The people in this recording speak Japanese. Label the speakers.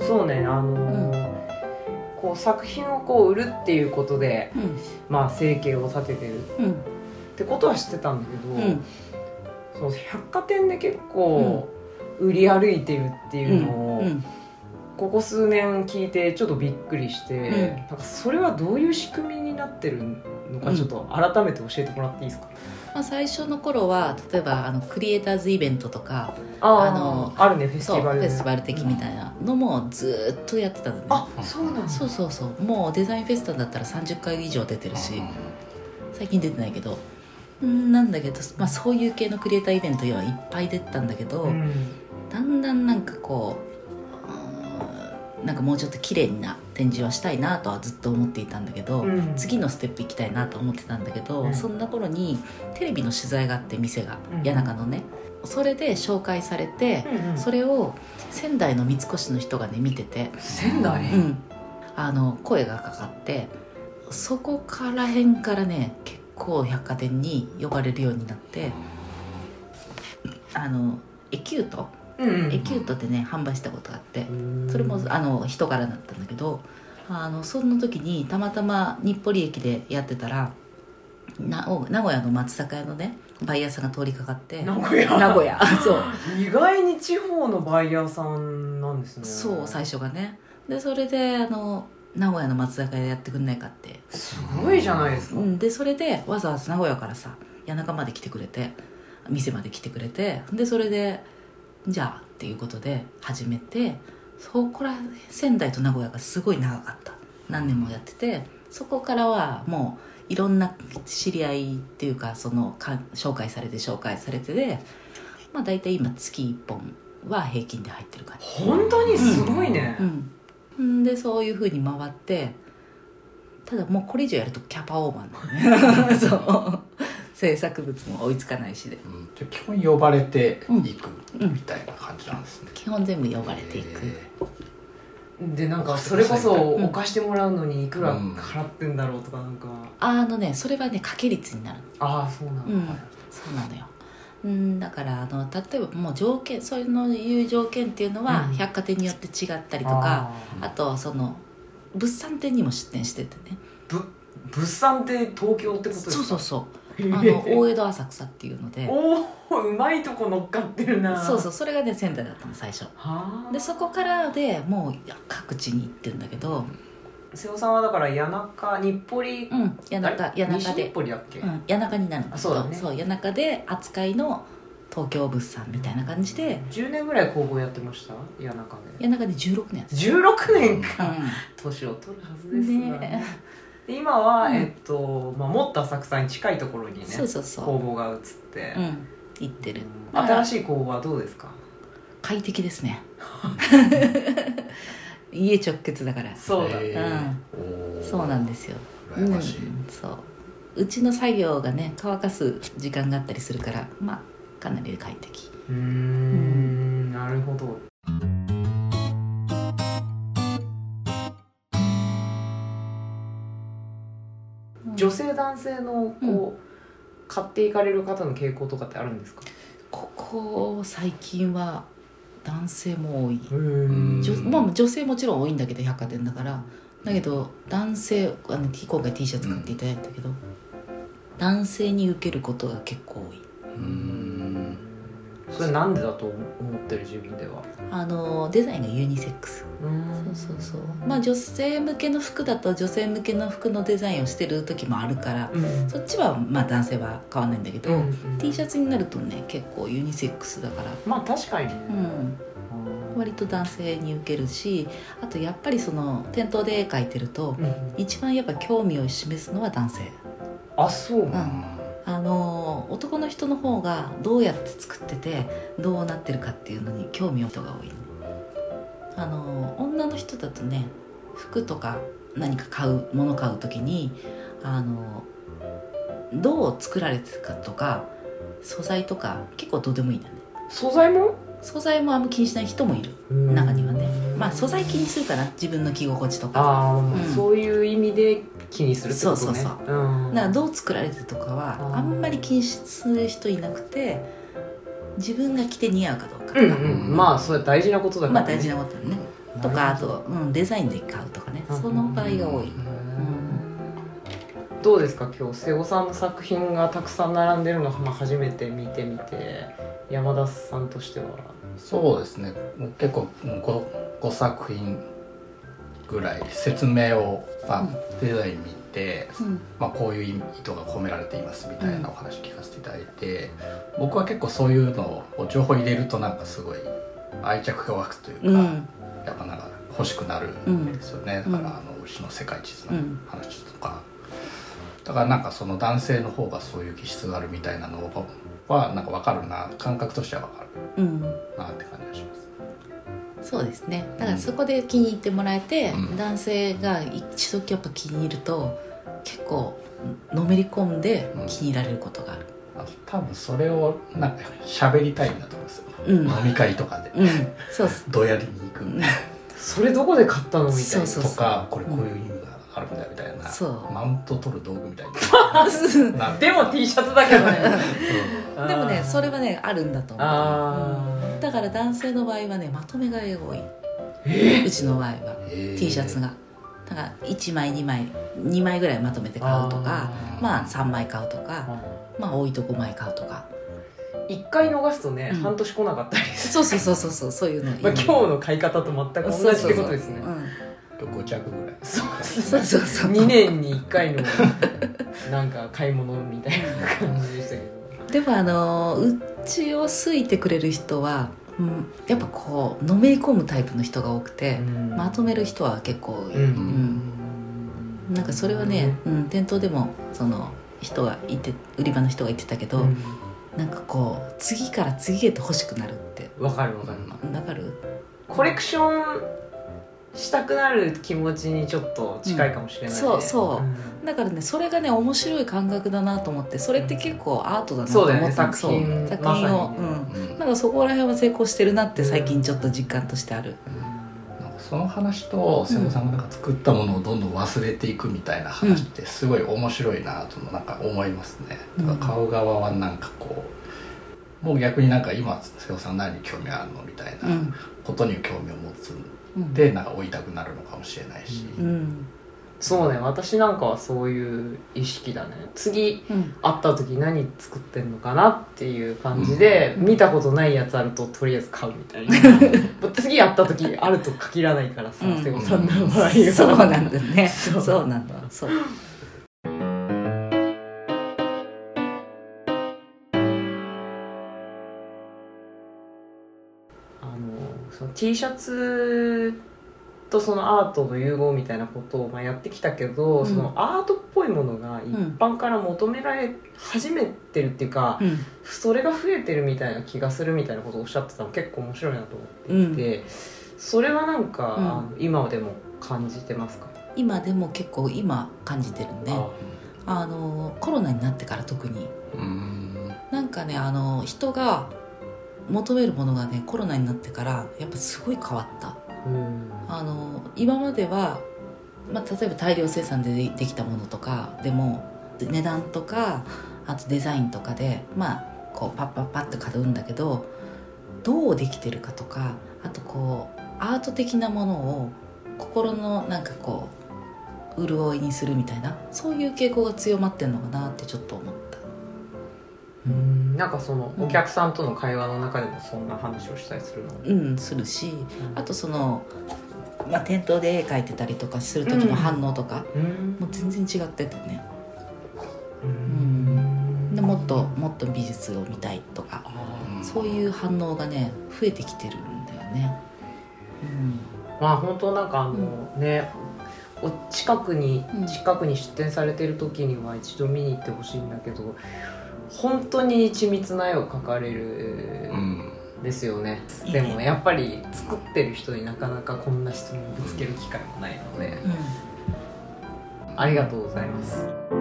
Speaker 1: そうねあのーこう作品をこう売るっていうことで、まあ、生計を立ててるっ
Speaker 2: うんうん
Speaker 1: てことは知ってたんだけど、
Speaker 2: うん
Speaker 1: その百貨店で結構売り歩いてるっていうのを、
Speaker 2: うん
Speaker 1: ここ数年聞いてちょっとびっくりして、
Speaker 2: うん
Speaker 1: なんかそれはどういう仕組みになってるのか
Speaker 2: うん
Speaker 1: ちょっと改めて教えてもらっていいですか、
Speaker 2: まあ、最初の頃は例えばあのクリエイターズイベントとか
Speaker 1: あ
Speaker 2: あの
Speaker 1: あるねフェステ
Speaker 2: そ
Speaker 1: ィ
Speaker 2: うフ
Speaker 1: バル
Speaker 2: ェ
Speaker 1: ね
Speaker 2: スティバル的みたいなのもずーっとやってたのね
Speaker 1: あそうなんだ
Speaker 2: そうそうそうもうデザインフェスタだったら30回以上出てるし最近出てないけどうんなんだけど、まあ、そういう系のクリエイターイベントはいっぱい出てたんだけど、
Speaker 1: うん
Speaker 2: だんだんなんかこううーんなんかもうちょっと綺麗な展示をしたいなとはずっと思っていたんだけど、
Speaker 1: うん
Speaker 2: 次のステップ行きたいなと思ってたんだけど、
Speaker 1: うん
Speaker 2: そんな頃にテレビの取材があって店が
Speaker 1: うん
Speaker 2: 谷中のね、それで紹介されて、
Speaker 1: うんうん
Speaker 2: それを仙台の三越の人がね見てて、
Speaker 1: 仙台、
Speaker 2: う
Speaker 1: うん
Speaker 2: ん、あの声がかかってそこからへんからね結構百貨店に呼ばれるようになってあのエキュート
Speaker 1: うん
Speaker 2: エキュートでね販売したことがあってそれもあの人柄だったんだけどあのその時にたまたま日暮里駅でやってたらなお名古屋の松坂屋のねバイヤーさんが通りかかって
Speaker 1: 名古屋
Speaker 2: 名古屋 そう
Speaker 1: 意外に地方のバイヤーさんなんですね
Speaker 2: そう最初がねでそれであの名古屋の松坂屋でやってくんないかって、
Speaker 1: すごいじゃないですか、
Speaker 2: うん、でそれでわざわざ名古屋からさ谷中まで来てくれて店まで来てくれてでそれでじゃあっていうことで始めてそこら仙台と名古屋がすごい長かった何年もやっててそこからはもういろんな知り合いっていうかそのか紹介されて紹介されてでまあ大体今月1本は平均で入ってる感じ
Speaker 1: 本当にすごいね、
Speaker 2: うん、でそういうふうに回ってただもうこれ以上やるとキャパオーバーな のねそう制作物も追いつかないしで
Speaker 3: うんじゃあ基本呼ばれていくみたいな感じなんですね、
Speaker 2: 基本全部呼ばれていく、
Speaker 3: え
Speaker 1: でなんかそれこそ
Speaker 2: うん
Speaker 1: お貸してもらうのにいくら払ってんだろうとかなんか、
Speaker 2: あのねそれはね掛け率になる
Speaker 1: ああそうなん
Speaker 2: う
Speaker 1: だ、
Speaker 2: んそうなのようんだからあの例えばもう条件そういうのいう条件っていうのは
Speaker 1: うん
Speaker 2: 百貨店によって違ったりとか、
Speaker 1: あ
Speaker 3: ー
Speaker 2: あとその物産展にも出店しててね
Speaker 1: ーぶ物産って東京ってことですか
Speaker 2: そうそう
Speaker 1: そ
Speaker 2: そう
Speaker 1: う
Speaker 2: あ の大江戸浅草っていうので
Speaker 1: おおうまいとこ乗っかってるな
Speaker 2: そうそううそれがね仙台だったの最初
Speaker 1: はあ
Speaker 2: でそこからでもういや各地に行ってるんだけど、
Speaker 1: 瀬尾さんはだから谷中日暮
Speaker 2: う
Speaker 1: 里、
Speaker 2: ん、谷中
Speaker 1: あれ
Speaker 2: 谷中
Speaker 1: 西日
Speaker 2: で、
Speaker 1: 暮里だっけ、
Speaker 2: うん、谷中になるんだけ
Speaker 1: あそう
Speaker 2: ど
Speaker 1: だね
Speaker 2: そう谷中で扱いの東京物産みたいな感じで
Speaker 1: 10年ぐらい工房やってました谷中で
Speaker 2: 谷中で16年、
Speaker 1: 16年
Speaker 2: う
Speaker 1: か、
Speaker 2: ん、
Speaker 1: 年を取るはずですが、
Speaker 2: ね
Speaker 1: で今は、
Speaker 2: うん
Speaker 1: えっと、まあ、もっと浅草に近いところにね
Speaker 2: そうそうそ
Speaker 1: 工
Speaker 2: う、
Speaker 1: 房が移って、
Speaker 2: うん、行ってる
Speaker 1: うん新しい工房はどうですか
Speaker 2: 快適です ね家直結だから
Speaker 1: そうだ、
Speaker 3: えおー
Speaker 2: そうなんですよ、う
Speaker 3: 羨
Speaker 2: ん、
Speaker 3: ましい、
Speaker 2: そううちの作業がね乾かす時間があったりするからまあかなり快適
Speaker 1: うーんなるほど女性男性のこう、買っていかれる方の傾向とかってあるんですか
Speaker 2: ここ最近は男性も多い、
Speaker 3: ん
Speaker 2: 女
Speaker 3: うん
Speaker 2: まあ、女性もちろん多いんだけど百貨店だからだけど男性あの T 今回 T シャツ買っていただいたけど、男性に受けることが結構多い
Speaker 3: うん
Speaker 1: それなんでだと思ってる自分では
Speaker 2: あのデザインがユニセックスそうそうそうまあ女性向けの服だと女性向けの服のデザインをしてる時もあるから
Speaker 1: うん
Speaker 2: そっちはまあ男性は買わないんだけど、
Speaker 1: うん
Speaker 2: T シャツになるとね結構ユニセックスだから
Speaker 1: まあ確かにね、
Speaker 2: うん割と男性に受けるしあとやっぱりその店頭で絵描いてると
Speaker 1: うん
Speaker 2: 一番やっぱ興味を示すのは男性
Speaker 1: あそう
Speaker 2: う
Speaker 1: なん
Speaker 2: んあのー男の人の方がどうやって作っててどうなってるかっていうのに興味を持つ人が多いあのー女の人だとね服とか何か買うもの買う時にあのーどう作られてるかとか素材とか結構どうでもいいんだね
Speaker 1: 素材も
Speaker 2: 素材もあんま気にしない人もいる中にはねまあ素材気にするかな自分の着心地とか
Speaker 1: ああ、
Speaker 2: ん
Speaker 1: そういう意味で気にするってことね
Speaker 2: そうそう
Speaker 1: う、ん、
Speaker 2: なんかどう作られてるとかは
Speaker 1: あー
Speaker 2: あんまり気にする人いなくて自分が着て似合うかどうかとか、
Speaker 1: うんうん、まあそれ大事なことだか
Speaker 2: まあ
Speaker 1: らね、
Speaker 2: 大事なことだね、
Speaker 1: う
Speaker 2: とかあと、うん、デザインで買うとかね
Speaker 1: うん
Speaker 2: その場合が多い、
Speaker 1: どうですか今日瀬尾さんの作品がたくさん並んでるの、まあ、初めて見てみて山田さんとしては
Speaker 3: そうですね結構 5, 5作品ぐらい説明を、まあデザイン見て、
Speaker 2: うん
Speaker 3: まあ、こういう意図が込められていますみたいなお話聞かせていただいて、僕は結構そういうのを情報入れるとなんかすごい愛着が湧くというか、
Speaker 2: うん
Speaker 3: やっぱなんか欲しくなるんですよね、
Speaker 2: うん
Speaker 3: だからあの牛の世界地図の話とか、だからなんかその男性の方がそういう気質があるみたいなのはなんか分かるな感覚としては分かる
Speaker 2: うん、
Speaker 3: なって感じがします。
Speaker 2: そうですねだからそこで気に入ってもらえて、
Speaker 3: うん
Speaker 2: 男性が一度やっぱ気に入ると結構のめり込んで
Speaker 3: うん
Speaker 2: 気に入られることがある
Speaker 3: あと多分それをなんか喋りたいんだと思うんですよ、
Speaker 2: うん
Speaker 3: 飲み会とかで
Speaker 2: うんそうっ す
Speaker 3: どやりに行くみたいな
Speaker 1: それどこで買ったのみたいな
Speaker 2: そうそう
Speaker 3: とかこれこういう意味があるんだみたいな、
Speaker 2: そう
Speaker 3: マウント取る道具みたい
Speaker 2: で
Speaker 3: な
Speaker 1: でも T シャツだけどね
Speaker 3: うん
Speaker 2: もねそれ
Speaker 1: は
Speaker 2: はねあるんだと思う
Speaker 1: あー
Speaker 2: だから男性の場合はねまとめ買いが多い、うちの場合は
Speaker 3: えー
Speaker 2: T シャツがだから1枚2枚2枚ぐらいまとめて買うとか
Speaker 3: ー
Speaker 2: まあ3枚買うとかまあ多いと5枚買うとか
Speaker 1: 一回逃すとね、
Speaker 2: うん
Speaker 1: 半年来なかったりす
Speaker 2: そうそうそうそうそうそういうの
Speaker 1: る、まあ、今日の買い方と全く同じってことですね
Speaker 2: うん
Speaker 3: 5着ぐらい
Speaker 1: そうです
Speaker 2: そう
Speaker 1: ね
Speaker 2: そうそう
Speaker 1: 2年に1回 のなんか買い物みたいな感じでしたけど
Speaker 2: でもあのうちを好いてくれる人は、うん、やっぱこうのめり込むタイプの人が多くて、まとめる人は結構多い、
Speaker 1: うん
Speaker 2: なんかそれはね、うん、店頭でもその人がいて売り場の人が言ってたけど、なんかこう次から次へと欲しくなるって
Speaker 1: わかるわかる
Speaker 2: わかる
Speaker 1: コレクションしたくなる気持ちにちょっと近いかもしれないね、
Speaker 2: うんそうそう
Speaker 1: うん
Speaker 2: だからねそれがね面白い感覚だなと思ってそれって結構アートだなと
Speaker 1: そうだよ
Speaker 2: 思
Speaker 1: ね
Speaker 2: ったの
Speaker 1: 作品
Speaker 2: そう作品を、
Speaker 1: ま
Speaker 2: う
Speaker 1: さにね
Speaker 2: ん
Speaker 3: うん
Speaker 2: なんかそこら辺は成功してるなって最近ちょっと実感としてある、
Speaker 3: なんかその話と瀬尾さんがなんか作ったものをどんどん忘れていくみたいな話ってすごい面白いなともなんか思いますね、
Speaker 2: うん
Speaker 3: だから買う側はなんかこうもう逆になんか今瀬尾さん何に興味あるのみたいな
Speaker 2: うん
Speaker 3: ことに興味を持つん
Speaker 2: うん、
Speaker 3: でなんか追いたくなるのかもしれないし、
Speaker 2: うん
Speaker 1: そうね私なんかはそういう意識だね次
Speaker 2: うん
Speaker 1: 会った時何作ってんのかなっていう感じで、見たことないやつあるととりあえず買うみたいな 次会った時あると限らないからさ
Speaker 2: うん
Speaker 1: 瀬尾、さんの場合は
Speaker 2: そうなんだね
Speaker 1: そ
Speaker 2: そううなんだそう
Speaker 1: あのその T シャツとそのアートの融合みたいなことをまあやってきたけど、
Speaker 2: うん
Speaker 1: そのアートっぽいものが一般から求められ始めてるっていうか、
Speaker 2: うん
Speaker 1: それが増えてるみたいな気がするみたいなことをおっしゃってたの結構面白いなと思
Speaker 2: う
Speaker 1: っ
Speaker 2: ん
Speaker 1: て、それはなんか、
Speaker 2: うん
Speaker 1: あの今でも感じてますか、
Speaker 2: 今でも結構今感じてるねあのコロナになってから特に
Speaker 3: うん
Speaker 2: なんかねあの人が求めるものがねコロナになってからやっぱすごい変わった
Speaker 1: うん
Speaker 2: あの今までは、まあ、例えば大量生産でできたものとかでも値段とかあとデザインとかで、まあ、こうパッパッパッと買うんだけどどうできてるかとかあとこうアート的なものを心のなんかこう潤いにするみたいなそういう傾向が強まってんのかなってちょっと思った。
Speaker 1: うんなんかその
Speaker 2: うん
Speaker 1: お客さんとの会話の中でもそんな話をしたりするの、
Speaker 2: うん、するしあとその、まあ、店頭で絵描いてたりとかする時の反応とか、
Speaker 1: うん
Speaker 2: もう全然違っててね
Speaker 1: うん
Speaker 2: でもっともっと美術を見たいとか
Speaker 1: あ
Speaker 3: うん
Speaker 2: そういう反応がね増えてきてるんだよね、
Speaker 1: ーまあ本当なんかあの、ねお近くに
Speaker 2: うん
Speaker 1: 近くに出店されてる時には一度見に行ってほしいんだけど本当に緻密な絵を描かれる
Speaker 3: うん
Speaker 1: ですよね
Speaker 2: いい
Speaker 1: で
Speaker 2: ね
Speaker 1: もやっぱり作ってる人になかなかこんな質問をぶつける機会もないので
Speaker 2: うん
Speaker 1: ありがとうございます
Speaker 2: うん